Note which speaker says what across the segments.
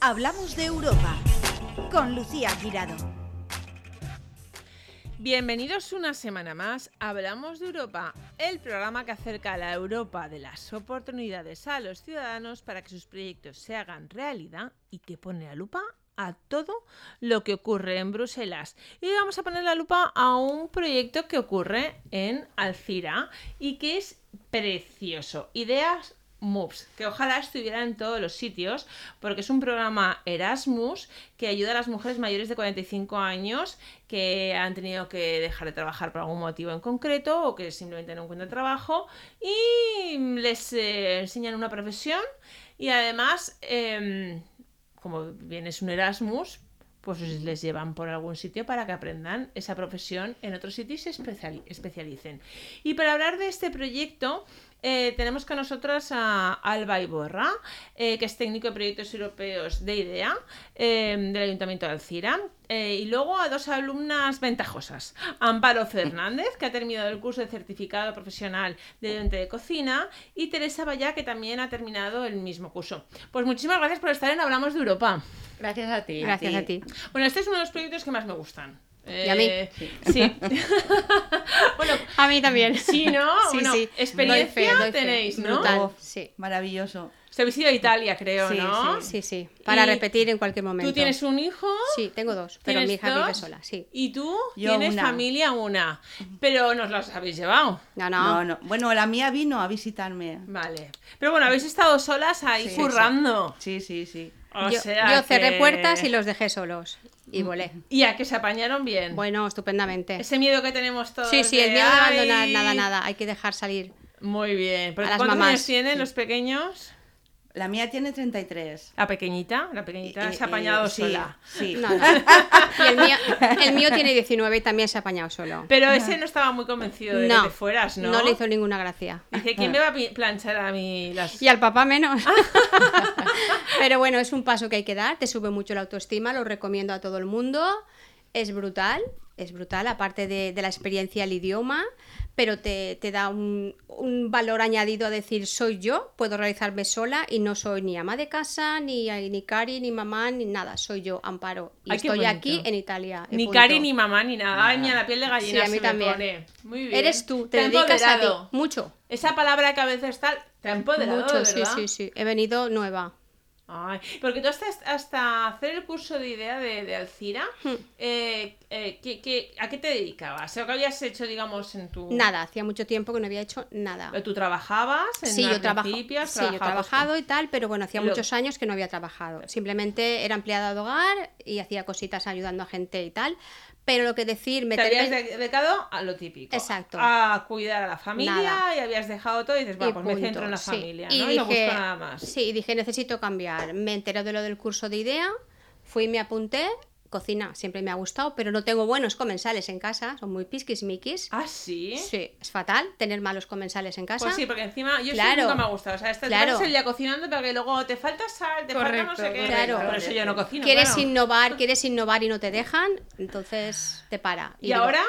Speaker 1: Hablamos de Europa con Lucía Girado.
Speaker 2: Bienvenidos una semana más a Hablamos de Europa, el programa que acerca a la Europa de las oportunidades a los ciudadanos para que sus proyectos se hagan realidad y que pone la lupa a todo lo que ocurre en Bruselas. Y hoy vamos a poner la lupa a un proyecto que ocurre en Alcira y que es precioso. Ideas MOOCs, que ojalá estuviera en todos los sitios, porque es un programa Erasmus que ayuda a las mujeres mayores de 45 años que han tenido que dejar de trabajar por algún motivo en concreto o que simplemente no encuentran trabajo y les eh, enseñan una profesión y además, em, como bien es un Erasmus, pues les llevan por algún sitio para que aprendan esa profesión en otro sitio y se especiali- especialicen. Y para hablar de este proyecto, eh, tenemos con nosotras a Alba Iborra, eh, que es técnico de proyectos europeos de IDEA, eh, del Ayuntamiento de Alcira, eh, y luego a dos alumnas ventajosas, Amparo Fernández, que ha terminado el curso de certificado profesional de ayudante de cocina, y Teresa Vallá, que también ha terminado el mismo curso. Pues muchísimas gracias por estar en Hablamos de Europa.
Speaker 3: Gracias a ti.
Speaker 4: Gracias a ti.
Speaker 2: Bueno, este es uno de los proyectos que más me gustan.
Speaker 4: ¿Y a mí?
Speaker 2: Eh, Sí. bueno,
Speaker 4: A mí también.
Speaker 2: sí, ¿no?
Speaker 4: Sí,
Speaker 2: Bueno,
Speaker 4: sí.
Speaker 2: experiencia
Speaker 4: Doy fe, doy fe.
Speaker 2: tenéis, ¿no?
Speaker 4: Brutal.
Speaker 3: Uf.
Speaker 4: Sí.
Speaker 3: Maravilloso.
Speaker 2: Se habéis ido a Italia, creo,
Speaker 3: Sí,
Speaker 2: ¿no?
Speaker 4: Sí, sí. Para
Speaker 2: Y
Speaker 4: repetir en cualquier momento.
Speaker 2: Tú tienes un hijo.
Speaker 4: Sí, tengo dos, pero mi
Speaker 2: tienes
Speaker 4: hija vive
Speaker 2: dos,
Speaker 4: sola, sí.
Speaker 2: Y tú
Speaker 3: Yo
Speaker 2: tienes
Speaker 3: una.
Speaker 2: familia una. Pero nos las habéis llevado.
Speaker 4: No,
Speaker 3: No,
Speaker 4: Ah, no.
Speaker 3: no. Bueno, la mía vino a visitarme.
Speaker 2: Vale. Pero bueno, habéis estado solas ahí
Speaker 3: Sí,
Speaker 2: currando.
Speaker 3: Sí, sí, sí.
Speaker 2: O
Speaker 4: yo,
Speaker 2: sea
Speaker 4: yo cerré
Speaker 2: que- Mm.
Speaker 4: puertas y los dejé solos. Y volé.
Speaker 2: Y a que se apañaron bien.
Speaker 4: Bueno, estupendamente.
Speaker 2: Ese miedo que tenemos todos.
Speaker 4: Sí, sí, el
Speaker 2: de,
Speaker 4: miedo de abandonar
Speaker 2: "Ay".
Speaker 4: nada, nada. Hay que dejar salir.
Speaker 2: Muy bien. Porque
Speaker 4: A las
Speaker 2: ¿Cuántos
Speaker 4: mamás,
Speaker 2: años tienen
Speaker 4: sí.
Speaker 2: los pequeños?
Speaker 3: La mía tiene 33.
Speaker 2: La pequeñita, la pequeñita
Speaker 3: Eh,
Speaker 2: se ha apañado
Speaker 3: eh, sí,
Speaker 2: sola.
Speaker 3: Sí.
Speaker 4: No, no. Y el mío, el mío tiene 19 y también se ha apañado solo.
Speaker 2: Pero ese no estaba muy convencido de que te fueras, ¿no?
Speaker 4: le hizo Ah. ninguna gracia.
Speaker 2: Dice, ¿quién me va a pi- planchar a mí las...
Speaker 4: Y al papá menos.
Speaker 2: Ah.
Speaker 4: Pero bueno, es un paso que hay que dar, te sube mucho la autoestima, lo recomiendo a todo el mundo, es brutal, es brutal, aparte de, de la experiencia, el idioma, pero te, te da un, un valor añadido a decir, soy yo, puedo realizarme sola y no soy ni ama de casa, ni, ni Cari, ni mamá, ni nada, soy yo, Amparo, y
Speaker 2: Ay, qué
Speaker 4: estoy
Speaker 2: bonito.
Speaker 4: aquí en Italia. y
Speaker 2: Ni
Speaker 4: punto.
Speaker 2: Cari, ni mamá, ni nada. Ay, mira, la piel de gallina
Speaker 4: Sí, a mí
Speaker 2: se me
Speaker 4: también.
Speaker 2: pone. Muy bien.
Speaker 4: Eres tú, te
Speaker 2: ha
Speaker 4: dedicas a ti,
Speaker 2: empoderado.
Speaker 4: mucho.
Speaker 2: Esa palabra que a veces tal, te ha empoderado,
Speaker 4: Mucho, sí,
Speaker 2: ¿verdad?
Speaker 4: sí, sí. He venido nueva.
Speaker 2: Ay, porque tú hasta, hasta hacer el curso de idea de, de Alcira,
Speaker 4: Hmm.
Speaker 2: eh, eh, ¿qué- qué- a qué te dedicabas? ¿O qué habías hecho, digamos, en tu...
Speaker 4: Nada, hacía mucho tiempo que no había hecho nada.
Speaker 2: ¿Tú trabajabas en
Speaker 4: Sí, yo,
Speaker 2: las
Speaker 4: trabajo, sí yo
Speaker 2: principias?
Speaker 4: he
Speaker 2: ¿Trabajabas con-
Speaker 4: trabajado y tal, pero bueno, hacía
Speaker 2: Lo-
Speaker 4: muchos años que no había trabajado. Simplemente era empleada de hogar y hacía cositas ayudando a gente y tal. Pero lo que decir,
Speaker 2: Te
Speaker 4: meterme...
Speaker 2: habías de- dedicado a lo típico.
Speaker 4: Exacto.
Speaker 2: A cuidar a la familia
Speaker 4: Nada.
Speaker 2: y habías dejado todo y dices,
Speaker 4: y
Speaker 2: bueno, pues me
Speaker 4: punto,
Speaker 2: centro en la
Speaker 4: sí.
Speaker 2: familia,
Speaker 4: Y
Speaker 2: ¿no? Y no
Speaker 4: dije-
Speaker 2: busco nada más.
Speaker 4: Sí, y dije, necesito cambiar. Me enteré de lo del curso de idea, fui y me apunté. Cocina siempre me ha gustado, pero no tengo buenos comensales en casa, son muy pisquismiquis.
Speaker 2: ¿Ah, sí?
Speaker 4: Sí, es fatal tener malos comensales en casa.
Speaker 2: Pues sí, porque encima yo eso
Speaker 4: Claro.
Speaker 2: nunca me ha gustado. O sea, estás
Speaker 4: Claro.
Speaker 2: pasas el día cocinando para que luego te falta sal, te falta no
Speaker 3: Correcto,
Speaker 2: sé qué.
Speaker 4: correcto,
Speaker 2: Por eso yo no cocino.
Speaker 4: quieres
Speaker 2: claro.
Speaker 4: innovar, quieres innovar y no te dejan, entonces te para.
Speaker 2: Y,
Speaker 4: digo,
Speaker 2: ahora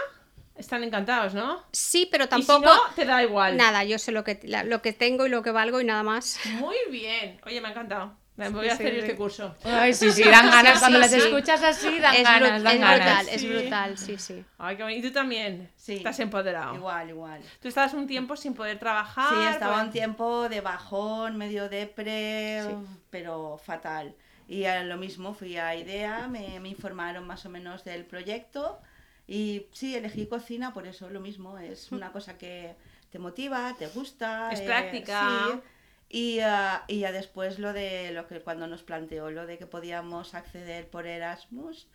Speaker 2: están encantados, ¿no?
Speaker 4: Sí, pero
Speaker 2: Y si
Speaker 4: tampoco.
Speaker 2: no, te da igual.
Speaker 4: Nada, yo sé lo que, la- lo que tengo y lo que valgo y nada más.
Speaker 2: Muy bien. Oye, me ha encantado. Me voy a hacer yo este curso.
Speaker 5: Ay, sí, sí, dan ganas.
Speaker 4: Sí,
Speaker 5: Cuando
Speaker 4: sí,
Speaker 5: las
Speaker 4: sí.
Speaker 5: escuchas así, dan
Speaker 4: es bru-
Speaker 5: ganas, dan
Speaker 4: es
Speaker 5: ganas.
Speaker 4: brutal, es
Speaker 2: Sí.
Speaker 4: brutal, sí, sí.
Speaker 2: Ay, qué bonito. Y tú también.
Speaker 3: Sí.
Speaker 2: Estás empoderado.
Speaker 3: Igual, igual.
Speaker 2: Tú estabas un tiempo sin poder trabajar.
Speaker 3: Sí, estaba
Speaker 2: pues-
Speaker 3: un tiempo de bajón, medio depre, pero fatal. Y a lo mismo fui a IDEA, me, me informaron más o menos del proyecto y sí, elegí cocina, por eso lo mismo, es una cosa que te motiva, te gusta. eh,
Speaker 2: Es práctica.
Speaker 3: sí. Y, ah, y ya después lo de lo que cuando nos planteó lo de que podíamos acceder por Erasmus,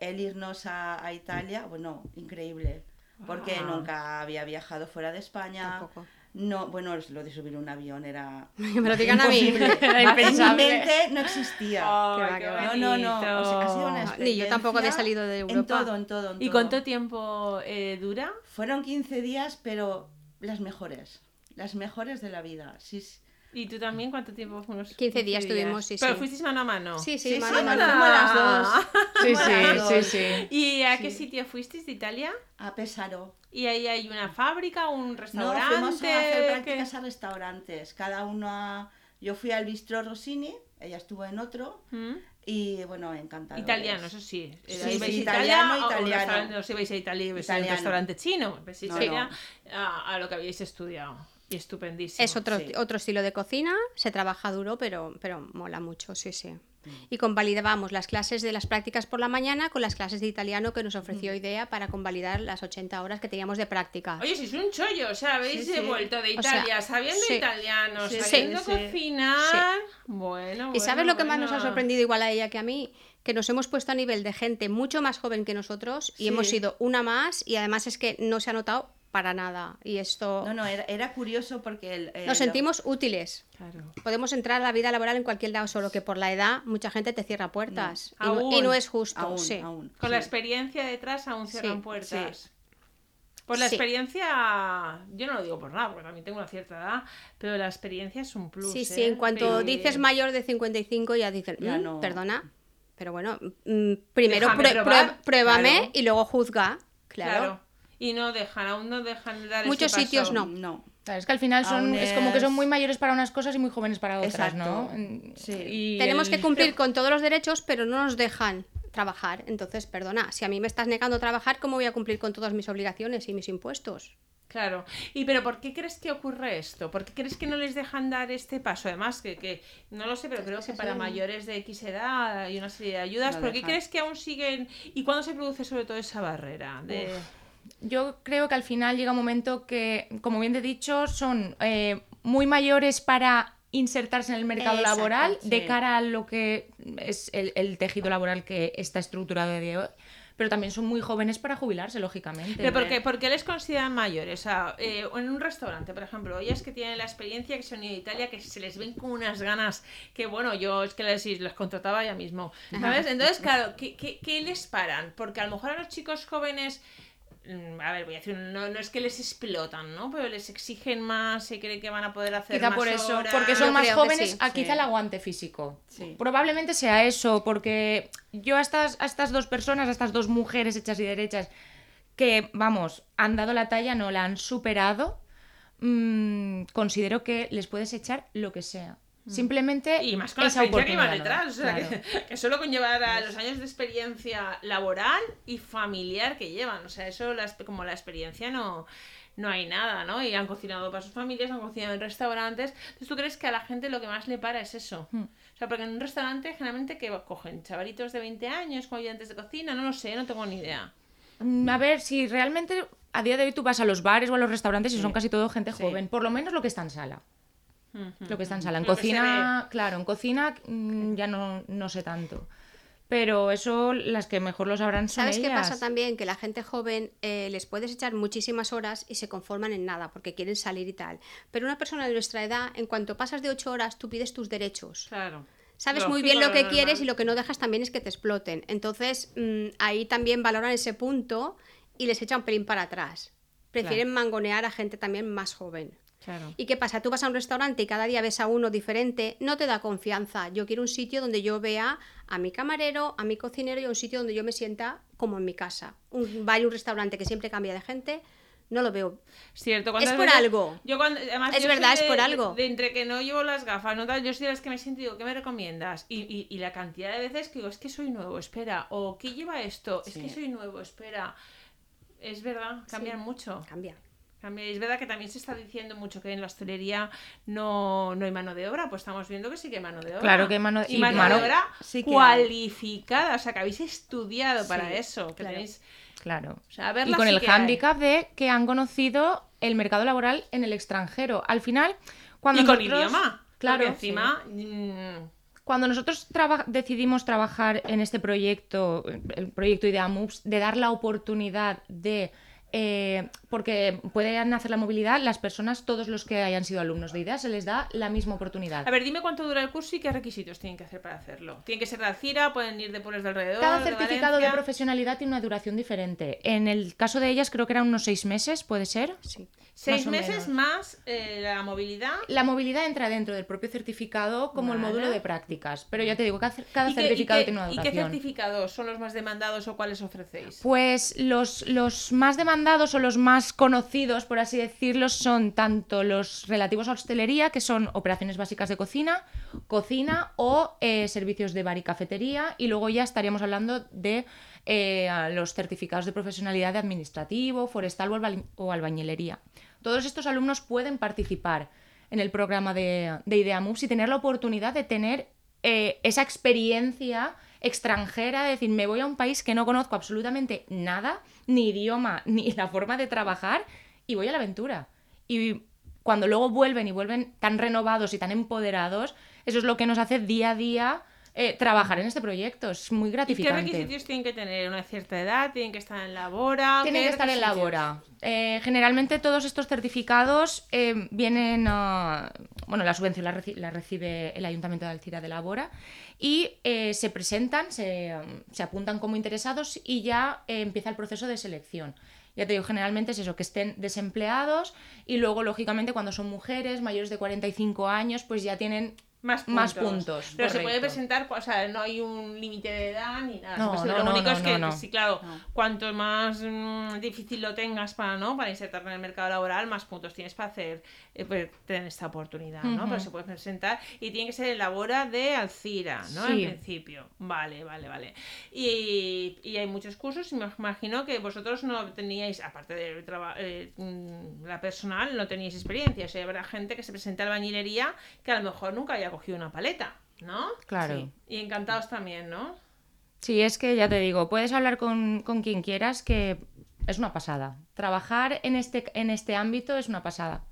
Speaker 3: el irnos a, a Italia, bueno, increíble, porque
Speaker 2: Ah.
Speaker 3: nunca había viajado fuera de España.
Speaker 4: Tampoco.
Speaker 3: No, bueno, es lo de subir un avión era
Speaker 4: Que me lo digan a mí.
Speaker 5: Era impensable.
Speaker 3: Fácilmente no existía.
Speaker 2: Ay,
Speaker 4: Qué
Speaker 2: Oh,
Speaker 4: va,
Speaker 2: qué
Speaker 4: qué va.
Speaker 3: no, no,
Speaker 2: bonito.
Speaker 3: no. o sea, ha sido una
Speaker 4: No, ni yo tampoco había
Speaker 3: experiencia
Speaker 4: salido de
Speaker 3: En
Speaker 4: Europa.
Speaker 3: todo, en todo, en
Speaker 2: ¿Y
Speaker 3: todo.
Speaker 2: cuánto tiempo eh, dura?
Speaker 3: Fueron 15 días, pero las mejores. Las mejores de la vida. Sí, sí.
Speaker 2: ¿Y tú también cuánto tiempo fuimos?
Speaker 4: 15 días estuvimos, sí,
Speaker 2: Pero
Speaker 4: sí.
Speaker 2: fuisteis mano a mano. Ah.
Speaker 4: Sí, sí,
Speaker 3: Sí,
Speaker 4: mano a
Speaker 3: sí,
Speaker 4: mano.
Speaker 3: no, no. como las dos.
Speaker 5: Sí,
Speaker 3: Bueno,
Speaker 5: sí, sí,
Speaker 3: dos.
Speaker 5: sí.
Speaker 2: ¿Y a qué sitio fuisteis de Italia?
Speaker 3: A pesaro.
Speaker 2: ¿Y ahí hay una fábrica, un
Speaker 3: No,
Speaker 2: restaurante?
Speaker 3: fuimos a hacer
Speaker 2: ¿Qué?
Speaker 3: prácticas a restaurantes. Cada uno a... Yo fui al Bistro Rossini, ella estuvo en otro
Speaker 2: ¿Mm?
Speaker 3: y bueno, encantado.
Speaker 2: Italiano, eso sí. Eh,
Speaker 3: Sí,
Speaker 2: ibais
Speaker 3: sí,
Speaker 2: a Italia,
Speaker 3: italiano,
Speaker 2: o- o
Speaker 3: italiano.
Speaker 2: restaurante- os ibais a Italia y ibais a un
Speaker 3: Italiano.
Speaker 2: restaurante chino. Ibais a
Speaker 3: No,
Speaker 2: Italia a, a lo que habíais estudiado. Y estupendísimo.
Speaker 4: Es otro,
Speaker 3: sí.
Speaker 4: otro estilo de cocina, se trabaja duro, pero, pero mola mucho, sí, sí. Y convalidábamos las clases de las prácticas por la mañana con las clases de italiano que nos ofreció IDEA para convalidar las 80 horas que teníamos de práctica.
Speaker 2: Oye, si es un chollo, o sea, habéis
Speaker 3: Sí, sí.
Speaker 2: eh, vuelto de
Speaker 4: O sea,
Speaker 2: Italia sabiendo
Speaker 4: sí.
Speaker 2: italiano,
Speaker 3: Sí,
Speaker 2: sabiendo
Speaker 3: sí, sí.
Speaker 2: cocinar.
Speaker 3: Ah,
Speaker 2: Bueno,
Speaker 4: ¿Y sabes
Speaker 2: bueno,
Speaker 4: lo que más nos ha
Speaker 2: bueno.
Speaker 4: sorprendido igual a ella que a mí? Que nos hemos puesto a nivel de gente mucho más joven que nosotros y
Speaker 3: Sí.
Speaker 4: hemos sido una más y además es que no se ha notado para nada. Y esto...
Speaker 3: No, no, era, era curioso porque... el- el-
Speaker 4: nos sentimos útiles.
Speaker 2: Claro.
Speaker 4: Podemos entrar a la vida laboral en cualquier lado, solo que por la edad mucha gente te cierra puertas. Y, no, y
Speaker 2: Aún,
Speaker 4: no es justo.
Speaker 3: Aún,
Speaker 4: sí.
Speaker 3: aún.
Speaker 2: Con la
Speaker 3: sí.
Speaker 2: experiencia detrás aún cierran
Speaker 4: Sí,
Speaker 2: puertas.
Speaker 3: sí.
Speaker 2: Pues la
Speaker 4: Sí.
Speaker 2: experiencia, yo no lo digo por nada, porque también tengo una cierta edad, pero la experiencia es un plus.
Speaker 4: Sí, sí,
Speaker 2: ¿eh?
Speaker 4: en cuanto
Speaker 2: Sí.
Speaker 4: dices mayor de 55 ya dicen,
Speaker 3: Ya
Speaker 4: "Mm,
Speaker 3: no".
Speaker 4: perdona, pero bueno, mm, primero
Speaker 2: Déjame
Speaker 4: prue-
Speaker 2: probar,
Speaker 4: prue- pruébame
Speaker 3: claro.
Speaker 4: y luego juzga, claro.
Speaker 2: Y no dejan, aún no dejan dar
Speaker 4: Muchos
Speaker 2: ese paso.
Speaker 4: sitios no.
Speaker 3: No.
Speaker 5: Claro, es que al final son,
Speaker 3: Aún
Speaker 5: es... como que son
Speaker 3: es-
Speaker 5: muy mayores para unas cosas y muy jóvenes para otras, ¿no?
Speaker 3: Exacto.
Speaker 5: Mm,
Speaker 3: Sí.
Speaker 5: y
Speaker 4: Tenemos
Speaker 5: el-
Speaker 4: que cumplir con todos los derechos, pero no nos dejan trabajar. Entonces, perdona, si a mí me estás negando trabajar, ¿cómo voy a cumplir con todas mis obligaciones y mis impuestos?
Speaker 2: Claro. ¿Y pero por qué crees que ocurre esto? ¿Por qué crees que no les dejan dar este paso? Además, que, que no lo sé, pero creo que para mayores de X edad hay una serie de ayudas.
Speaker 3: No
Speaker 2: ¿Por qué
Speaker 3: dejan.
Speaker 2: crees que aún siguen? ¿Y cuándo se produce sobre todo esa barrera? De...
Speaker 5: Yo creo que al final llega un momento que, como bien te he dicho, son eh, muy mayores para insertarse en el mercado
Speaker 4: Exacto,
Speaker 5: laboral de
Speaker 3: sí.
Speaker 5: cara a lo que es el, el tejido laboral que está estructurado a día de hoy, pero también son muy jóvenes para jubilarse, lógicamente.
Speaker 2: ¿Pero por qué, por qué les consideran mayores? O sea, eh, en un restaurante, por ejemplo, ellas que tienen la experiencia, que son de Italia, que se les ven con unas ganas que, bueno, yo es que les, les contrataba ya mismo, ¿sabes? Entonces, claro, ¿qué, qué, qué les paran? Porque a lo mejor a los chicos jóvenes... mm, A ver, voy a decir, no, no es que les explotan, ¿no? Pero les exigen más, se creen que van a poder hacer
Speaker 5: Quizá
Speaker 2: más
Speaker 5: por eso,
Speaker 2: horas.
Speaker 5: porque son
Speaker 4: Yo
Speaker 5: más
Speaker 4: creo que
Speaker 5: jóvenes
Speaker 4: sí,
Speaker 5: a
Speaker 3: sí.
Speaker 5: quizá el aguante físico.
Speaker 3: Sí.
Speaker 5: Probablemente sea eso, porque yo a estas, a estas dos personas, a estas dos mujeres hechas y derechas, que, vamos, han dado la talla, no la han superado, mm, considero que les puedes echar lo que sea. Simplemente
Speaker 2: Mm. Y más con la
Speaker 5: esa
Speaker 2: experiencia que iba
Speaker 5: oportunidad,
Speaker 2: detrás. O sea,
Speaker 5: claro. Pues
Speaker 2: que, que solo con llevar a los años de experiencia laboral y familiar que llevan. O sea, eso la exp- como la experiencia no, no hay nada, ¿no? Y han cocinado para sus familias, han cocinado en restaurantes. Entonces, ¿tú crees que a la gente lo que más le para es eso?
Speaker 5: Hmm.
Speaker 2: O sea, porque en un restaurante generalmente que cogen chavalitos de 20 años, como ayudantes de cocina, no lo sé, no tengo ni idea.
Speaker 5: Mm, A ver, si realmente a día de hoy tú vas a los bares o a los restaurantes y son casi todo gente
Speaker 3: Sí.
Speaker 5: joven, por lo menos lo que está en sala. Lo que está en sala. En
Speaker 2: Lo que se
Speaker 5: cocina, claro, en cocina mm, ya no, no sé tanto. Pero eso las que mejor lo sabrán son
Speaker 4: ¿Sabes qué
Speaker 5: ellas.
Speaker 4: pasa también? Que la gente joven eh, les puedes echar muchísimas horas y se conforman en nada porque quieren salir y tal. Pero una persona de nuestra edad, en cuanto pasas de 8 horas, tú pides tus derechos.
Speaker 2: Claro.
Speaker 4: Sabes muy bien lo que quieres y lo que no dejas también es que te exploten. Entonces, mm, ahí también valoran ese punto y les echa un pelín para atrás. Prefieren mangonear a gente también más joven.
Speaker 2: Claro.
Speaker 4: ¿Y qué pasa? Tú vas a un restaurante y cada día ves a uno diferente, no te da confianza. Yo quiero un sitio donde yo vea a mi camarero, a mi cocinero y un sitio donde yo me sienta como en mi casa. Un bar y un restaurante que siempre cambia de gente, no lo veo.
Speaker 2: Cierto, ¿cuántas
Speaker 4: Es por
Speaker 2: veces-
Speaker 4: algo.
Speaker 2: Yo cuando- además,
Speaker 4: Es
Speaker 2: yo
Speaker 4: verdad,
Speaker 2: soy
Speaker 4: es por algo.
Speaker 2: De entre que no llevo las gafas, no tal, yo soy de las que me siento y digo, ¿qué me recomiendas? Y, y- y la cantidad de veces que digo, es que soy nuevo, espera. O ¿qué lleva esto? Es
Speaker 3: Sí.
Speaker 2: que soy nuevo, espera. Es verdad, cambian mucho.
Speaker 4: Cambia.
Speaker 2: Cambia. Y Es verdad que también se está diciendo mucho que en la hostelería no, no hay mano de obra, pues estamos viendo que sí que hay mano de obra.
Speaker 5: Claro que hay mano-
Speaker 2: y
Speaker 5: y
Speaker 2: mano,
Speaker 5: mano-
Speaker 2: de obra
Speaker 3: sí que hay.
Speaker 2: cualificada, o sea, que habéis estudiado para eso. Que tenéis,
Speaker 5: Claro.
Speaker 2: o sea, verla
Speaker 5: y con
Speaker 2: sí
Speaker 5: el
Speaker 2: que hay.
Speaker 5: hándicap de que han conocido el mercado laboral en el extranjero. Al final, cuando
Speaker 2: Y con
Speaker 5: nosotros-
Speaker 2: idioma.
Speaker 5: Claro.
Speaker 2: Porque encima. mm,
Speaker 5: Cuando nosotros traba- decidimos trabajar en este proyecto, el proyecto Idea Moves, de dar la oportunidad de. eh, porque pueden hacer la movilidad las personas, todos los que hayan sido alumnos de Idea, se les da la misma oportunidad.
Speaker 2: A ver, dime cuánto dura el curso y qué requisitos tienen que hacer para hacerlo. Tienen que ser de Alcira, pueden ir de pueblos de alrededor.
Speaker 5: Cada
Speaker 2: de
Speaker 5: certificado de
Speaker 2: Valencia?
Speaker 5: profesionalidad tiene una duración diferente. En el caso de ellas, creo que eran unos seis meses, ¿puede ser?
Speaker 4: Sí.
Speaker 2: Seis
Speaker 5: más o
Speaker 2: meses
Speaker 5: menos.
Speaker 2: más eh, la movilidad.
Speaker 5: La movilidad entra dentro del propio certificado como el
Speaker 2: Vale.
Speaker 5: módulo de prácticas, pero ya te digo, cada, cer- cada
Speaker 2: ¿Y qué- y
Speaker 5: certificado
Speaker 2: qué-
Speaker 5: tiene una
Speaker 2: ¿Y
Speaker 5: duración.
Speaker 2: qué certificados son los más demandados o cuáles ofrecéis?
Speaker 5: Pues los, los más han dado son los más conocidos, por así decirlo, son tanto los relativos a hostelería, que son operaciones básicas de cocina, cocina o eh, servicios de bar y cafetería, y luego ya estaríamos hablando de eh, a los certificados de profesionalidad de administrativo, forestal o, alba- o albañilería. Todos estos alumnos pueden participar en el programa de, de IDEAMUS y tener la oportunidad de tener eh, esa experiencia extranjera, de decir, me voy a un país que no conozco absolutamente nada, ni idioma, ni la forma de trabajar, y voy a la aventura. Y cuando luego vuelven y vuelven tan renovados y tan empoderados, eso es lo que nos hace día a día eh, trabajar en este proyecto. Es muy
Speaker 2: ¿Y qué
Speaker 5: gratificante.
Speaker 2: requisitos tienen que tener? ¿Una cierta edad? ¿Tienen que estar en labora?
Speaker 5: Tiene
Speaker 2: ¿Qué
Speaker 5: que estar en
Speaker 2: requisitos?
Speaker 5: labora. Eh, generalmente todos estos certificados eh, vienen, ah, bueno, la subvención la, reci- la recibe el Ayuntamiento de Alcira de Labora y eh, se presentan, se, um, se apuntan como interesados y ya eh, empieza el proceso de selección. Ya te digo, generalmente es eso, que estén desempleados y luego, lógicamente, cuando son mujeres mayores de 45 años, pues ya tienen
Speaker 2: Más puntos.
Speaker 5: Más puntos,
Speaker 2: Pero se
Speaker 5: correcto.
Speaker 2: puede presentar, o sea, no hay un límite de edad ni nada.
Speaker 5: No,
Speaker 2: Se presenta-
Speaker 5: no,
Speaker 2: lo
Speaker 5: no,
Speaker 2: único
Speaker 5: no,
Speaker 2: es que,
Speaker 5: no, no.
Speaker 2: sí, claro,
Speaker 3: No.
Speaker 2: cuanto más mm, difícil lo tengas para no para insertarte en el mercado laboral, más puntos tienes para hacer eh, pues, tener esta oportunidad, ¿no?
Speaker 5: Ujú.
Speaker 2: Pero se puede presentar y tiene que ser en labora de Alcira, ¿no?
Speaker 5: Sí.
Speaker 2: En principio. Vale, vale, vale. Y, y hay muchos cursos y me imagino que vosotros no teníais, aparte de traba- eh, mm, la personal, no teníais experiencia. O sea, habrá gente que se presenta a albañilería que a lo mejor nunca haya cogido una paleta, ¿no?
Speaker 5: Claro.
Speaker 2: Sí. Y encantados también, ¿no?
Speaker 5: Sí, es que ya te digo, puedes hablar con, con quien quieras, que es una pasada. Trabajar en este, en este ámbito es una pasada.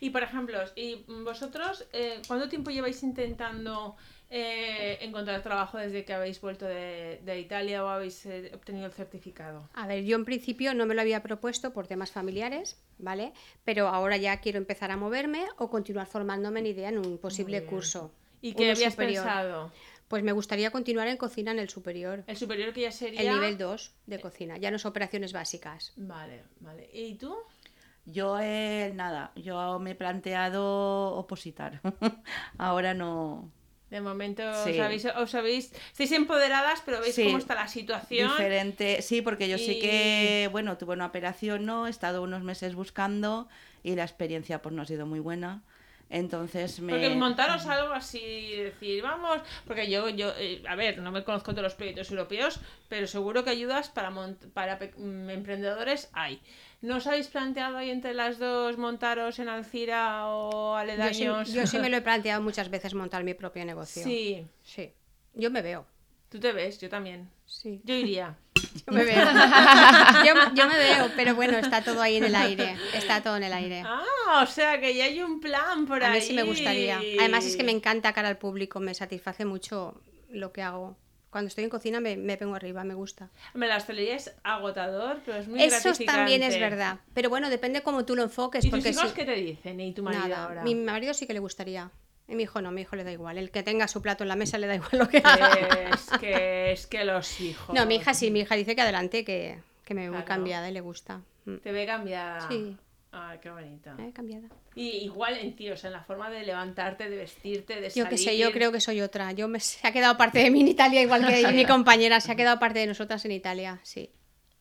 Speaker 2: Y por ejemplo, ¿y vosotros eh, cuánto tiempo lleváis intentando eh, encontrar trabajo desde que habéis vuelto de, de Italia o habéis eh, obtenido el certificado?
Speaker 4: A ver, yo en principio no me lo había propuesto por temas familiares, ¿vale? Pero ahora ya quiero empezar a moverme o continuar formándome en idea en un posible curso.
Speaker 2: ¿Y qué
Speaker 4: uno
Speaker 2: habías
Speaker 4: superior.
Speaker 2: pensado?
Speaker 4: Pues me gustaría continuar en cocina en el superior,
Speaker 2: El superior que ya sería...
Speaker 4: el nivel 2
Speaker 2: Eh.
Speaker 4: de cocina, ya no es operaciones básicas.
Speaker 2: Vale, vale. ¿Y tú?
Speaker 3: Yo, eh, nada, yo me he planteado opositar. Ahora no.
Speaker 2: De momento os,
Speaker 3: Sí.
Speaker 2: habéis, os habéis- Estáis empoderadas, pero veis
Speaker 3: Sí.
Speaker 2: cómo está la situación.
Speaker 3: Diferente, sí, porque yo sí que,
Speaker 2: Y-
Speaker 3: bueno, tuve una operación, no, he estado unos meses buscando y la experiencia pues no ha sido muy buena. Entonces me...
Speaker 2: Porque montaros algo así, decir, vamos, porque yo, yo eh, a ver, no me conozco todos los proyectos europeos, pero seguro que ayudas para, mont- para pe- mm, emprendedores hay. ¿No os habéis planteado ahí entre las dos montaros en Alcira o
Speaker 4: Yo sí,
Speaker 2: aledaños?
Speaker 4: yo sí me lo he planteado muchas veces montar mi propio negocio.
Speaker 2: Sí,
Speaker 4: Sí. Yo me veo.
Speaker 2: tú te ves, yo también.
Speaker 4: Sí.
Speaker 2: Yo iría.
Speaker 4: Yo me veo. yo, yo me veo, pero bueno, está todo ahí en el aire. Está todo en el aire.
Speaker 2: Ah, o sea que ya hay un plan por
Speaker 4: A
Speaker 2: ahí.
Speaker 4: mí sí me gustaría. Además es que me encanta cara al público, me satisface mucho lo que hago. Cuando estoy en cocina me, me pongo arriba, me gusta.
Speaker 2: Me la hostelería es agotador, pero es muy
Speaker 4: Eso también es
Speaker 2: gratificante.
Speaker 4: verdad. Pero bueno, depende cómo tú lo enfoques.
Speaker 2: ¿Y tus
Speaker 4: porque
Speaker 2: hijos
Speaker 4: sí-
Speaker 2: qué te dicen? ¿Y tu marido
Speaker 4: nada,
Speaker 2: ahora?
Speaker 4: mi marido sí que le gustaría. Y mi hijo no, mi hijo le da igual. El que tenga su plato en la mesa le da igual lo que haga.
Speaker 2: es que es que los hijos.
Speaker 4: No, mi hija sí, mi hija dice que adelante, que, que me veo
Speaker 2: Claro.
Speaker 4: cambiada y le gusta. Mm.
Speaker 2: Te ve cambiada.
Speaker 4: Sí. Eh.
Speaker 2: Ay, qué bonito.
Speaker 4: Me veo cambiada.
Speaker 2: Y igual en ti, o sea, en la forma de levantarte, de vestirte, de
Speaker 4: Yo
Speaker 2: salir.
Speaker 4: qué sé, yo creo que soy otra. Yo me, se ha quedado parte de mí en Italia, igual que mi compañera se ha quedado parte de nosotras en Italia, sí.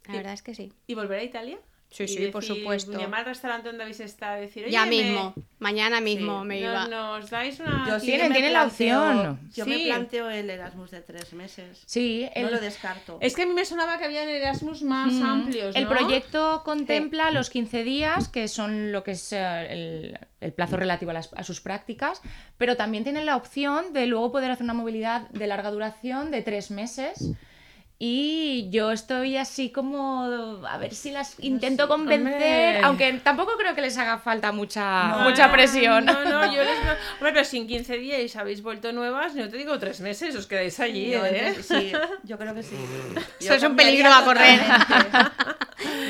Speaker 4: La
Speaker 2: Sí.
Speaker 4: verdad es que sí.
Speaker 2: ¿Y volver a Italia?
Speaker 4: Sí,
Speaker 2: Y
Speaker 4: sí, por
Speaker 2: decir,
Speaker 4: supuesto.
Speaker 2: Llamar al restaurante donde habéis estado y decir, oye,
Speaker 4: ya
Speaker 2: me-
Speaker 4: mismo, mañana mismo me
Speaker 2: nos,
Speaker 4: iba.
Speaker 2: nos dais una.
Speaker 3: Yo sí que
Speaker 5: Tienen-
Speaker 3: me
Speaker 5: tienen la
Speaker 3: planteo-
Speaker 5: opción.
Speaker 3: Yo
Speaker 2: Sí.
Speaker 3: me planteo el Erasmus de tres meses.
Speaker 5: Sí,
Speaker 3: No lo descarto.
Speaker 2: Es que a mí me sonaba que habían Erasmus más
Speaker 5: Mm,
Speaker 2: amplios.
Speaker 5: El
Speaker 2: ¿no?
Speaker 5: proyecto contempla los 15 días, que son lo que es eh, el, el plazo relativo a, las- a sus prácticas, pero también tienen la opción de luego poder hacer una movilidad de larga duración de tres meses. Y yo estoy así como a ver si las intento convencer,
Speaker 2: Hombre.
Speaker 5: aunque tampoco creo que les haga falta
Speaker 3: No.
Speaker 5: mucha, mucha presión.
Speaker 2: Ah, No, no, yo les. Hombre, pero si en 15 días habéis vuelto nuevas, no te digo tres meses, os quedáis allí,
Speaker 3: Yo,
Speaker 2: ¿eh?
Speaker 3: entonces, sí, yo creo que sí.
Speaker 4: Eso es un peligro a correr.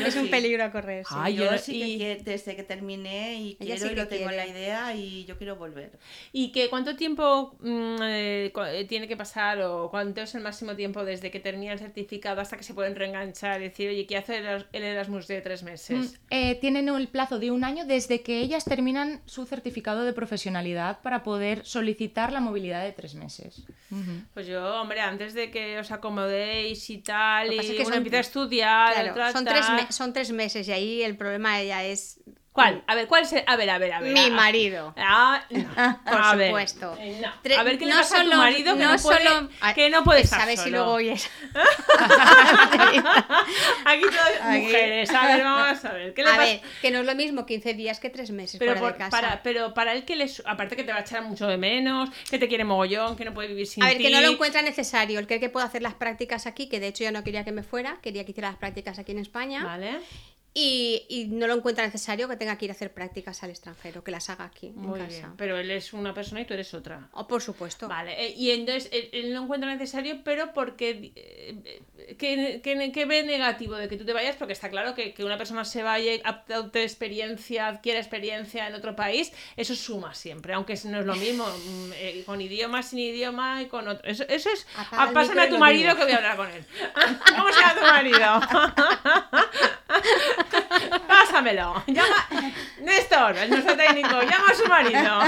Speaker 4: es un
Speaker 3: peligro
Speaker 4: peligro a correr. sí.
Speaker 2: Ay,
Speaker 3: yo
Speaker 2: yo-
Speaker 3: sí que
Speaker 2: y-
Speaker 3: quie- desde que terminé y
Speaker 4: Ella
Speaker 3: quiero
Speaker 4: sí
Speaker 3: y
Speaker 4: que
Speaker 3: lo tengo en la
Speaker 4: quiere.
Speaker 3: idea y yo quiero volver.
Speaker 2: ¿Y que cuánto tiempo mm, eh, cu- eh, tiene que pasar o cuánto es el máximo tiempo desde que termina el certificado hasta que se pueden reenganchar y decir, oye, ¿qué hace el Eras- el Erasmus de tres
Speaker 4: Mm.
Speaker 2: meses?
Speaker 5: Eh, tienen el plazo de un año desde que ellas terminan su certificado de profesionalidad para poder solicitar la movilidad de tres meses. Ujú.
Speaker 2: Pues yo, hombre, antes de que os acomodéis y tal,
Speaker 4: Lo que
Speaker 2: y
Speaker 4: pasa es que
Speaker 2: uno
Speaker 4: son-
Speaker 2: empieza a estudiar,
Speaker 4: Claro,
Speaker 2: otro a
Speaker 4: son, tres
Speaker 2: tal,
Speaker 4: me- son tres meses y ahí el problema de ella es
Speaker 2: ¿Cuál? A ver, ¿cuál es? el- A ver, a ver, a ver.
Speaker 4: mi
Speaker 2: a-
Speaker 4: marido.
Speaker 2: Ah, no.
Speaker 4: Por
Speaker 2: A ver.
Speaker 4: supuesto.
Speaker 2: Eh, no.
Speaker 4: Tre-
Speaker 2: A ver qué le
Speaker 4: no
Speaker 2: pasa a tu
Speaker 4: solo-
Speaker 2: marido que no,
Speaker 4: solo- Eh,
Speaker 2: puede, que no puede estar
Speaker 4: Sabes si
Speaker 2: solo.
Speaker 4: luego oyes.
Speaker 2: Aquí todas
Speaker 3: Aquí.
Speaker 2: mujeres. A ver, vamos a ver. ¿Qué le
Speaker 4: a
Speaker 2: pasa?
Speaker 4: ver, que no es lo mismo 15 días que 3 meses
Speaker 2: Pero,
Speaker 4: fuera
Speaker 2: por-
Speaker 4: de casa.
Speaker 2: para, pero para él que les... Aparte que te va a echar mucho de menos, que te quiere mogollón, que no puede vivir sin
Speaker 4: a ver, que no
Speaker 2: ti.
Speaker 4: lo encuentra necesario. El que, que puedo hacer las prácticas aquí, que de hecho ya no quería que me fuera, quería que hiciera las prácticas aquí en España.
Speaker 2: Vale.
Speaker 4: Y, y no lo encuentra necesario que tenga que ir a hacer prácticas al extranjero, que las haga aquí
Speaker 2: Muy
Speaker 4: en
Speaker 2: bien.
Speaker 4: casa.
Speaker 2: Pero él es una persona y tú eres otra.
Speaker 4: O por supuesto.
Speaker 2: Vale, eh, y entonces él, él lo encuentra necesario, pero porque eh, que, que- que ve negativo de que tú te vayas, porque está claro que, que una persona se vaya, y adopte experiencia, adquiere experiencia en otro país, eso suma siempre, aunque es- no es lo mismo, mm, eh, con idioma, sin idioma y con otro. Eso, eso es,
Speaker 4: Apaga
Speaker 2: ah,
Speaker 4: el
Speaker 2: pásame
Speaker 4: micro y
Speaker 2: a tu
Speaker 4: lo
Speaker 2: marido
Speaker 4: digo.
Speaker 2: que voy a hablar con él. ¿Cómo se llama tu marido? Pásamelo. Llama, Néstor, nuestro técnico, llama a su marido.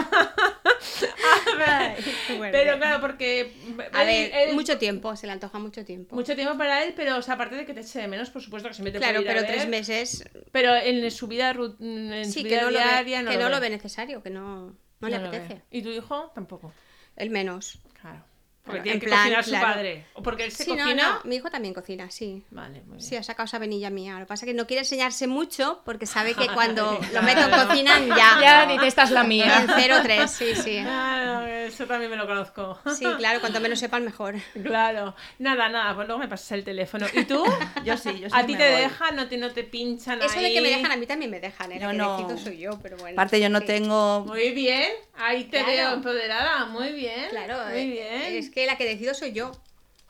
Speaker 2: Pero claro, porque.
Speaker 4: A
Speaker 2: él-
Speaker 4: ver,
Speaker 2: él-
Speaker 4: mucho tiempo, se le antoja mucho tiempo.
Speaker 2: mucho tiempo para él, pero o sea, aparte de que te eche de menos, por supuesto que siempre te
Speaker 4: claro,
Speaker 2: puede ir a
Speaker 4: pero
Speaker 2: ver,
Speaker 4: tres meses
Speaker 2: Pero en su vida, ru- en su
Speaker 4: sí
Speaker 2: vida
Speaker 4: que no, lo ve,
Speaker 2: diaria no
Speaker 4: que
Speaker 2: lo
Speaker 4: no
Speaker 2: ve.
Speaker 4: lo ve necesario, que no, no, le
Speaker 2: No lo ve.
Speaker 4: apetece.
Speaker 2: ¿Y tu hijo? Tampoco.
Speaker 4: El menos.
Speaker 2: Claro. Porque
Speaker 4: Claro,
Speaker 2: tiene
Speaker 4: en
Speaker 2: que
Speaker 4: plan,
Speaker 2: cocinar su
Speaker 4: claro.
Speaker 2: padre. O porque él se
Speaker 4: Sí, no,
Speaker 2: cocina.
Speaker 4: no, mi hijo también cocina, sí.
Speaker 2: Vale, muy bien.
Speaker 4: Sí, ha sacado esa venilla mía. Lo que pasa es que no quiere enseñarse mucho porque sabe que cuando lo meto en cocina ya.
Speaker 5: Ya dices, esta es la mía.
Speaker 4: En 0-3, sí, sí.
Speaker 2: Claro, Ah, eso también me lo conozco.
Speaker 4: Sí, claro, cuanto menos sepan, mejor.
Speaker 2: Claro. Nada, nada, pues luego me pasas el teléfono. ¿Y tú?
Speaker 3: Yo sí, yo sí
Speaker 2: ¿A ti
Speaker 3: me
Speaker 2: te
Speaker 3: voy.
Speaker 2: deja? ¿No te, no te pinchan
Speaker 4: Eso de
Speaker 2: ahí?
Speaker 4: que me dejan, a mí también me dejan, ¿eh?
Speaker 3: Yo
Speaker 4: La que
Speaker 3: no.
Speaker 4: decido soy yo, pero bueno.
Speaker 3: Aparte, yo no
Speaker 4: sí.
Speaker 3: tengo.
Speaker 2: Muy bien. Ahí te
Speaker 4: Claro.
Speaker 2: veo empoderada. Muy bien.
Speaker 4: Claro,
Speaker 2: Muy
Speaker 4: eh,
Speaker 2: bien.
Speaker 4: es que la que decido soy yo.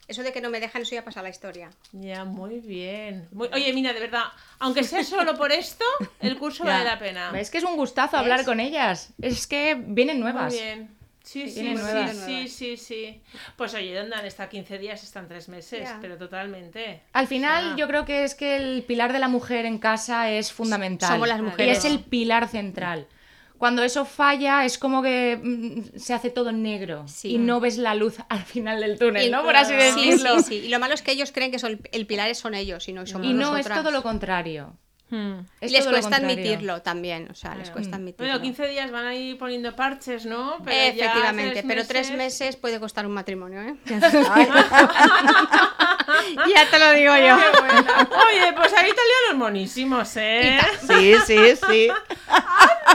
Speaker 4: Eso de que no me dejan, eso ya pasa a la historia.
Speaker 2: Ya, muy bien. Muy- Oye, mira, de verdad, aunque sea solo por esto, el curso
Speaker 5: Ya.
Speaker 2: vale la pena.
Speaker 5: Es que es un gustazo hablar con ellas. Es que vienen nuevas.
Speaker 2: Muy bien. Sí, sí,
Speaker 5: Vienen
Speaker 2: sí,
Speaker 5: nuevas.
Speaker 2: sí, sí, sí. Pues oye, ¿dónde han estado 15 días? Están 3 meses,
Speaker 4: Ya.
Speaker 2: pero totalmente.
Speaker 5: Al final
Speaker 2: Ah.
Speaker 5: yo creo que es que el pilar de la mujer en casa es fundamental.
Speaker 4: Somos las
Speaker 5: Y
Speaker 4: mujeres.
Speaker 5: es el pilar central. Cuando eso falla es como que mm, se hace todo negro
Speaker 4: Sí.
Speaker 5: y no ves la luz al final del túnel, ¿no? Por
Speaker 4: claro.
Speaker 5: así decirlo.
Speaker 4: Sí, sí, sí. Y lo malo es que ellos creen que son, el pilar son ellos y no somos
Speaker 5: Y no
Speaker 4: nosotras.
Speaker 5: es todo lo contrario. Es
Speaker 4: Y les
Speaker 5: todo lo
Speaker 4: cuesta
Speaker 5: contrario.
Speaker 4: admitirlo también, o sea, les cuesta admitirlo.
Speaker 2: Hmm. Bueno, 15 días van ahí poniendo parches, ¿no? Pero ya
Speaker 4: Efectivamente,
Speaker 2: tres
Speaker 4: pero tres
Speaker 2: meses-
Speaker 4: meses puede costar un matrimonio, ¿eh? ya te lo digo yo.
Speaker 2: Qué buena. Oye, pues ahí te lío los monísimos, ¿eh?
Speaker 3: Sí, sí, sí.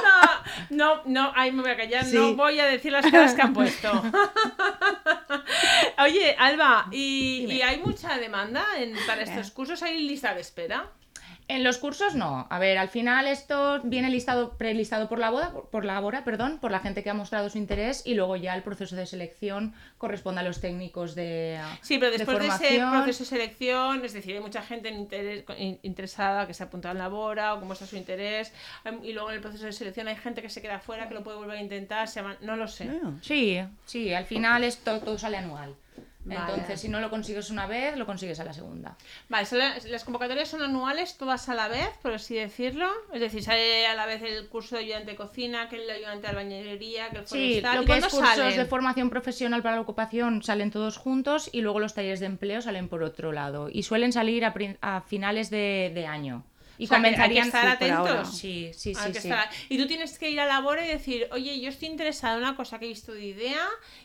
Speaker 2: No, no, no, ahí me voy a callar,
Speaker 3: Sí.
Speaker 2: no voy a decir las caras que han puesto. Oye, Alba, ¿y, y hay mucha demanda en- para estos cursos? ¿Hay lista de espera?
Speaker 5: En los cursos no. A ver, al final esto viene listado, prelistado por la boda, por la bora, perdón, por la gente que ha mostrado su interés y luego ya el proceso de selección corresponde a los técnicos de
Speaker 2: Sí, pero después de, ese
Speaker 5: formación.
Speaker 2: proceso de selección, es decir, hay mucha gente en interés- in- interesada que se ha apuntado en la bora o cómo está su interés, em, y luego en el proceso de selección hay gente que se queda fuera, que lo puede volver a intentar, se llama- no lo sé.
Speaker 5: Sí, sí, al final esto todo sale anual.
Speaker 2: Vale.
Speaker 5: Entonces, si no lo consigues una vez, lo consigues a la segunda.
Speaker 2: Vale, son las, las convocatorias son anuales, todas a la vez, por así decirlo. Es decir, sale a la vez el curso de ayudante de cocina, que el ayudante de albañilería, que el
Speaker 5: Sí,
Speaker 2: forestal.
Speaker 5: lo
Speaker 2: Pues ¿Y
Speaker 5: que es
Speaker 2: cuándo
Speaker 5: cursos
Speaker 2: salen?
Speaker 5: de formación profesional para la ocupación salen todos juntos y luego los talleres de empleo salen por otro lado. Y suelen salir a, prin- a finales de, de año. Y
Speaker 2: O sea, que hay que
Speaker 5: comenzarían
Speaker 2: estar
Speaker 5: sí, por
Speaker 2: atentos.
Speaker 5: ahora. Sí, sí,
Speaker 2: Ah,
Speaker 5: sí.
Speaker 2: que
Speaker 5: sí.
Speaker 2: está- Y tú tienes que ir a la bora y decir, oye, yo estoy interesada en una cosa que he visto de idea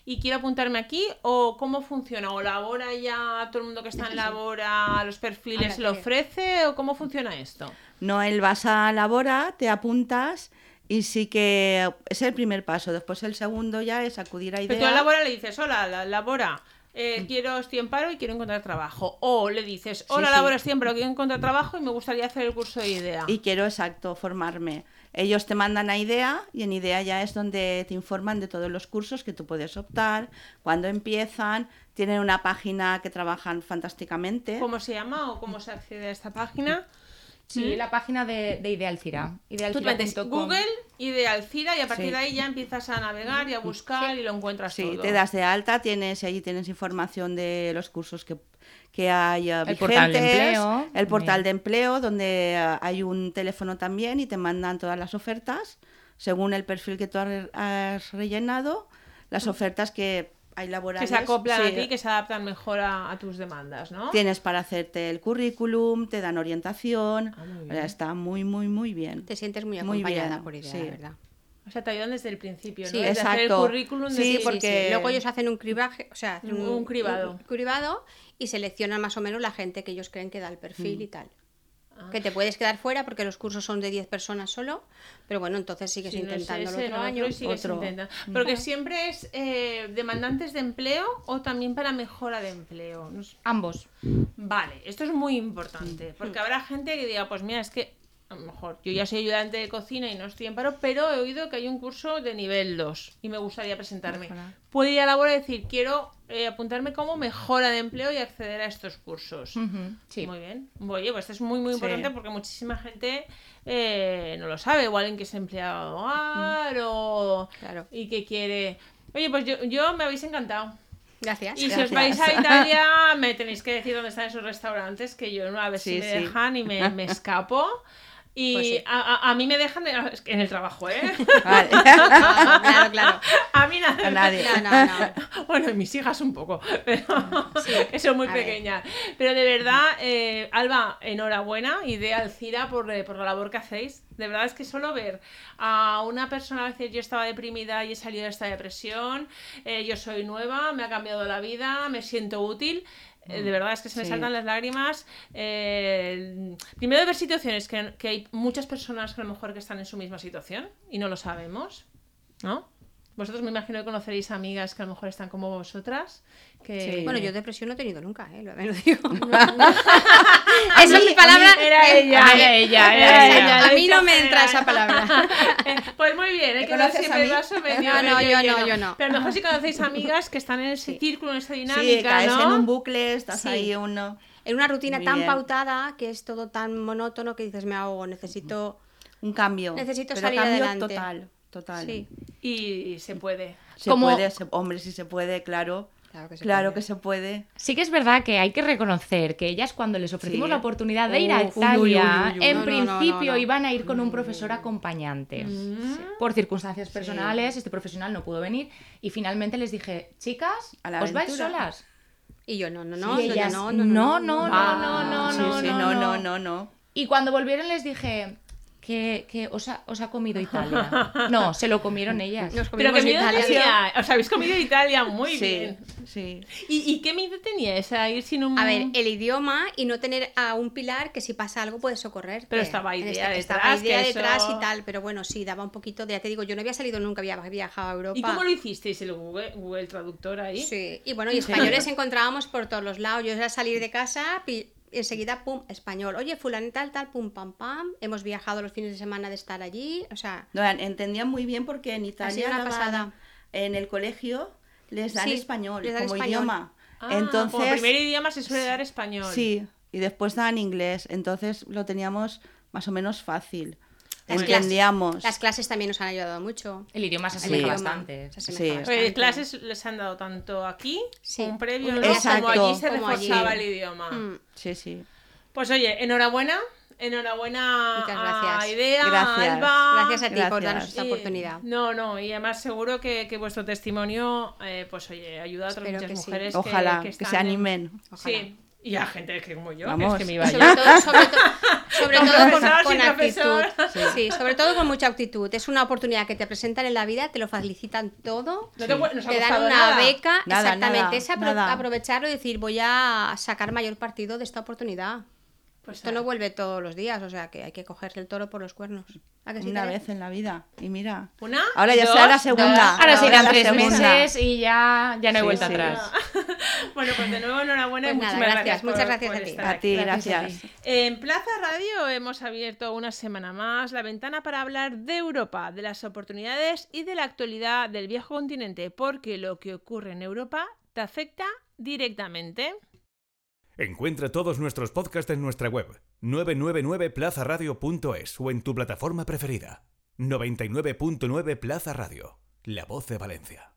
Speaker 2: y quiero apuntarme aquí, o cómo funciona, o la bora ya, todo el mundo que está en la bora, los perfiles
Speaker 4: Ándale.
Speaker 2: lo
Speaker 5: eh,
Speaker 2: ofrece, o cómo funciona esto.
Speaker 3: Noel, vas a la bora, te apuntas y sí que es el primer paso. Después el segundo ya es acudir a
Speaker 2: Pero Pues tú a la
Speaker 3: idea.
Speaker 2: Bora le dices, hola, la, la Bora, eh, quiero, estoy en paro y quiero encontrar trabajo. O le dices, hola,
Speaker 3: Sí,
Speaker 2: la
Speaker 3: sí.
Speaker 2: Bora, estoy en paro, quiero encontrar trabajo y me gustaría hacer el curso de idea.
Speaker 3: Y quiero, exacto, formarme. Ellos te mandan a idea y en idea ya es donde te informan de todos los cursos que tú puedes optar, cuándo empiezan. Tienen una página que trabajan fantásticamente.
Speaker 2: ¿Cómo se llama o cómo se accede a esta página?
Speaker 5: Sí, la página de, de Ideal Cira.
Speaker 2: Tú te metes
Speaker 5: idealcira.com.
Speaker 2: Google y de Alcira y a partir
Speaker 3: Sí.
Speaker 2: de ahí ya empiezas a navegar y a buscar y lo encuentras
Speaker 3: Sí,
Speaker 2: todo.
Speaker 3: te das de alta, tienes allí tienes información de los cursos que, que hay eh,
Speaker 5: El portal de
Speaker 3: vigentes,
Speaker 5: empleo,
Speaker 3: el
Speaker 5: también.
Speaker 3: portal de empleo donde eh, hay un teléfono también y te mandan todas las ofertas según el perfil que tú has re- has rellenado, las ofertas que hay
Speaker 2: Mm. Que
Speaker 3: laborales
Speaker 2: se acoplan
Speaker 3: sí,
Speaker 2: a ti, que se adaptan mejor a, a tus demandas, ¿no?
Speaker 3: Tienes para hacerte el currículum, te dan orientación.
Speaker 2: Ah, muy
Speaker 3: o sea,
Speaker 2: bien.
Speaker 3: está muy, muy, muy bien.
Speaker 4: Te sientes muy
Speaker 3: Muy
Speaker 4: acompañada
Speaker 3: bien,
Speaker 4: por idea,
Speaker 3: sí.
Speaker 4: la verdad.
Speaker 2: O sea, te ayudan desde el principio, ¿no?
Speaker 4: Sí,
Speaker 2: Desde hacer el
Speaker 3: exacto.
Speaker 2: currículum,
Speaker 3: Sí,
Speaker 2: desde-
Speaker 3: porque-
Speaker 4: Luego ellos hacen un cribaje, o sea, hacen
Speaker 2: Un- un cribado.
Speaker 4: un cribado y seleccionan más o menos la gente que ellos creen que da el
Speaker 3: Mm.
Speaker 4: perfil y tal.
Speaker 2: Ah.
Speaker 4: Que te puedes quedar fuera porque los cursos son de 10 personas solo, pero bueno, entonces sigues
Speaker 2: Sí, no es
Speaker 4: intentándolo
Speaker 2: ese,
Speaker 4: otro
Speaker 2: no,
Speaker 4: año.
Speaker 2: pero sigues
Speaker 4: otro.
Speaker 2: intentando. Porque siempre es eh, demandantes de empleo o también para mejora de empleo. No sé.
Speaker 5: Ambos.
Speaker 2: Vale, esto es muy importante, porque habrá gente que diga, pues mira, es que a lo mejor yo ya soy ayudante de cocina y no estoy en paro, pero he oído que hay un curso de nivel 2 y me gustaría presentarme.
Speaker 5: Ojalá.
Speaker 2: Puede ir a la bola y decir, quiero eh, apuntarme como mejora de empleo y acceder a estos cursos.
Speaker 5: Ujú, Sí.
Speaker 2: Muy bien. Oye, pues esto es muy, muy
Speaker 3: Sí.
Speaker 2: importante porque muchísima gente eh, no lo sabe. O alguien que es empleado de hogar o...
Speaker 4: Claro.
Speaker 2: Y que quiere... Oye, pues yo, yo me habéis encantado.
Speaker 4: Gracias.
Speaker 2: Y si os vais a Italia, me tenéis que decir dónde están esos restaurantes, que yo no, a ver si
Speaker 3: Sí,
Speaker 2: me
Speaker 3: sí.
Speaker 2: dejan y me, me escapo. Y
Speaker 4: Pues sí.
Speaker 2: a, a- a mí me dejan en en el trabajo, ¿eh?
Speaker 3: Vale.
Speaker 4: Ah, claro, claro.
Speaker 2: A mí nada.
Speaker 3: A nadie.
Speaker 4: No, no, no.
Speaker 2: Bueno, y mis hijas un poco, pero que son muy
Speaker 4: a ver.
Speaker 2: pequeñas. Pero de verdad, eh, Alba, enhorabuena y de Alcira por, eh, por la labor que hacéis. De verdad es que solo ver a una persona decir yo estaba deprimida y he salido de esta depresión, eh, yo soy nueva, me ha cambiado la vida, me siento útil. eh,
Speaker 4: Mm,
Speaker 2: De verdad es que se me
Speaker 3: Sí.
Speaker 2: saltan las lágrimas. eh, primero de ver situaciones que, que hay muchas personas que a lo mejor que están en su misma situación y no lo sabemos, ¿no? Vosotros me imagino que conoceréis amigas que a lo mejor están como vosotras. Que...
Speaker 3: Sí.
Speaker 4: Bueno, yo depresión no he tenido nunca, ¿eh? Lo lo digo. Esa es mi palabra.
Speaker 2: era
Speaker 4: eh,
Speaker 2: ella,
Speaker 4: a
Speaker 2: era
Speaker 4: mí-
Speaker 2: ella,
Speaker 4: o
Speaker 2: era
Speaker 4: sea,
Speaker 2: ella,
Speaker 4: A
Speaker 2: lo he
Speaker 4: mí
Speaker 2: dicho
Speaker 4: no me entra
Speaker 2: general.
Speaker 4: esa palabra.
Speaker 2: Eh, pues muy bien, hay
Speaker 3: ¿Me
Speaker 2: que dar
Speaker 3: conoces a
Speaker 2: siempre el
Speaker 3: mí?
Speaker 2: vaso medio,
Speaker 4: No, no,
Speaker 2: medio
Speaker 4: yo no,
Speaker 2: lleno.
Speaker 4: yo no.
Speaker 2: Pero a lo mejor si conocéis amigas que están en ese
Speaker 4: Sí.
Speaker 2: círculo, en esa
Speaker 3: sí,
Speaker 2: dinámica,
Speaker 3: caes
Speaker 2: ¿no?
Speaker 3: en un bucle, estás
Speaker 4: Sí.
Speaker 3: ahí uno.
Speaker 4: En una rutina
Speaker 3: Muy
Speaker 4: tan
Speaker 3: bien.
Speaker 4: pautada que es todo tan monótono que dices, me ahogo, necesito...
Speaker 3: Un cambio.
Speaker 4: Necesito
Speaker 3: pero
Speaker 4: salir
Speaker 3: cambio
Speaker 4: adelante.
Speaker 3: total, total.
Speaker 4: Sí,
Speaker 2: Y se puede.
Speaker 3: Se
Speaker 5: Como-
Speaker 3: puede, se- hombre, si se puede, claro.
Speaker 4: Claro que se
Speaker 3: claro
Speaker 4: puede.
Speaker 3: que se puede.
Speaker 5: Sí que es verdad que hay que reconocer que ellas cuando les ofrecimos
Speaker 3: Sí.
Speaker 5: la oportunidad de ir a
Speaker 3: Uf, uy, uy, uy, uy,
Speaker 5: Italia,
Speaker 3: uy.
Speaker 5: en
Speaker 4: No, no, no, no,
Speaker 5: principio
Speaker 4: no.
Speaker 5: iban a ir con un profesor acompañante. Sí. Por circunstancias personales, este profesional no pudo venir y finalmente les dije, chicas,
Speaker 3: A la
Speaker 5: ¿os vais
Speaker 3: aventura".
Speaker 5: solas?
Speaker 4: Y yo, no, no, no,
Speaker 5: y
Speaker 4: no,
Speaker 5: ellas,
Speaker 4: no, no,
Speaker 5: no, no, no, no, no, no,
Speaker 3: Sí,
Speaker 5: no,
Speaker 3: sí,
Speaker 5: no,
Speaker 3: no, no, no.
Speaker 5: Y cuando volvieron les dije que, que os, ha, os ha comido Italia. No, se lo comieron ellas.
Speaker 4: Nos
Speaker 2: Pero
Speaker 4: comimos
Speaker 2: que miedo
Speaker 4: Italia.
Speaker 2: tenía. Os habéis comido Italia muy
Speaker 3: sí,
Speaker 2: bien.
Speaker 3: sí.
Speaker 2: ¿Y, y qué miedo teníais a ir sin un.
Speaker 4: A ver, el idioma y no tener a un pilar que si pasa algo puede socorrer.
Speaker 2: Pero estaba idea
Speaker 4: estaba
Speaker 2: detrás,
Speaker 4: idea
Speaker 2: que
Speaker 4: detrás
Speaker 2: eso-
Speaker 4: y tal, pero bueno, sí, daba un poquito de, ya te digo, yo no había salido nunca, había viajado a Europa.
Speaker 2: ¿Y cómo lo hicisteis el Google, Google Traductor ahí?
Speaker 4: Sí, y bueno, y españoles encontrábamos por todos los lados. Yo era salir de casa pi- y enseguida, pum, español. Oye, fulanita tal, tal, pum, pam, pam. Hemos viajado los fines de semana de estar allí. O sea,
Speaker 3: No, entendían muy bien porque en
Speaker 4: sido
Speaker 3: Italia
Speaker 4: una
Speaker 3: daban-
Speaker 4: pasada.
Speaker 3: en el colegio les dan
Speaker 4: Sí,
Speaker 3: español
Speaker 4: les dan
Speaker 3: como
Speaker 4: español.
Speaker 3: idioma.
Speaker 2: Ah,
Speaker 3: Entonces,
Speaker 2: como primer idioma se suele dar español.
Speaker 3: sí, y después dan inglés, entonces lo teníamos más o menos fácil.
Speaker 4: las,
Speaker 3: Entendíamos.
Speaker 4: clases, las clases también nos han ayudado mucho.
Speaker 5: El idioma se
Speaker 4: El
Speaker 5: asemeja
Speaker 4: idioma
Speaker 5: bastante.
Speaker 4: se asemeja
Speaker 3: Sí.
Speaker 4: bastante.
Speaker 2: Porque clases les han dado tanto aquí,
Speaker 4: Sí.
Speaker 2: un previo,
Speaker 4: Un
Speaker 2: ¿no?
Speaker 3: exacto.
Speaker 2: como allí se
Speaker 4: Como allí.
Speaker 2: reforzaba el idioma.
Speaker 4: Mm.
Speaker 3: Sí, sí.
Speaker 2: Pues oye, enhorabuena, enhorabuena
Speaker 4: Muchas
Speaker 2: a
Speaker 4: gracias.
Speaker 2: Idea,
Speaker 3: Gracias.
Speaker 2: a Alba.
Speaker 4: Gracias a ti por
Speaker 3: Gracias.
Speaker 4: darnos esta
Speaker 2: Y-
Speaker 4: oportunidad.
Speaker 2: No, no, y además seguro que, que vuestro testimonio, eh, pues oye, ayuda a otras
Speaker 4: Espero
Speaker 2: muchas
Speaker 4: que sí.
Speaker 2: mujeres.
Speaker 3: Ojalá que,
Speaker 2: están
Speaker 3: se
Speaker 2: en-
Speaker 3: animen.
Speaker 4: Ojalá.
Speaker 2: Sí, y a gente que como yo,
Speaker 3: Vamos.
Speaker 2: que es que me
Speaker 4: Y
Speaker 2: iba yo.
Speaker 4: Sobre todo, sobre to- sobre
Speaker 2: Con
Speaker 4: todo con,
Speaker 2: profesor, sin
Speaker 4: con actitud.
Speaker 2: profesor.
Speaker 4: Sí. sobre todo con mucha actitud. Es una oportunidad que te presentan en la vida, te lo facilitan todo.
Speaker 2: No te, cu- nos ha
Speaker 4: te dan
Speaker 2: costado
Speaker 4: una
Speaker 2: nada.
Speaker 4: beca,
Speaker 3: Nada,
Speaker 4: exactamente.
Speaker 3: nada,
Speaker 4: es apro-
Speaker 3: nada.
Speaker 4: aprovecharlo y decir, voy a sacar mayor partido de esta oportunidad.
Speaker 2: Pues
Speaker 4: Esto no vuelve todos los días, o sea que hay que cogerle el toro por los cuernos. ¿A que sí,
Speaker 3: Una
Speaker 4: Tere?
Speaker 3: vez en la vida. Y mira.
Speaker 2: Una,
Speaker 3: Ahora ya
Speaker 2: dos,
Speaker 3: será la segunda.
Speaker 5: Ahora se irán
Speaker 3: Ah, la
Speaker 5: tres
Speaker 3: segunda.
Speaker 5: meses y ya, ya no hay
Speaker 3: Sí,
Speaker 5: vuelta
Speaker 3: sí.
Speaker 5: atrás.
Speaker 2: bueno, pues de nuevo enhorabuena y
Speaker 4: Pues nada,
Speaker 2: muchísimas
Speaker 4: gracias,
Speaker 2: por-
Speaker 4: muchas gracias
Speaker 2: por
Speaker 4: a ti.
Speaker 2: estar
Speaker 3: A
Speaker 2: aquí.
Speaker 3: ti,
Speaker 5: Gracias a
Speaker 3: gracias.
Speaker 5: ti.
Speaker 2: En Plaza Radio hemos abierto una semana más la ventana para hablar de Europa, de las oportunidades y de la actualidad del viejo continente, porque lo que ocurre en Europa te afecta directamente.
Speaker 6: Encuentra todos nuestros podcasts en nuestra web 999plazaradio.es o en tu plataforma preferida. 99.9 Plaza Radio, la voz de Valencia.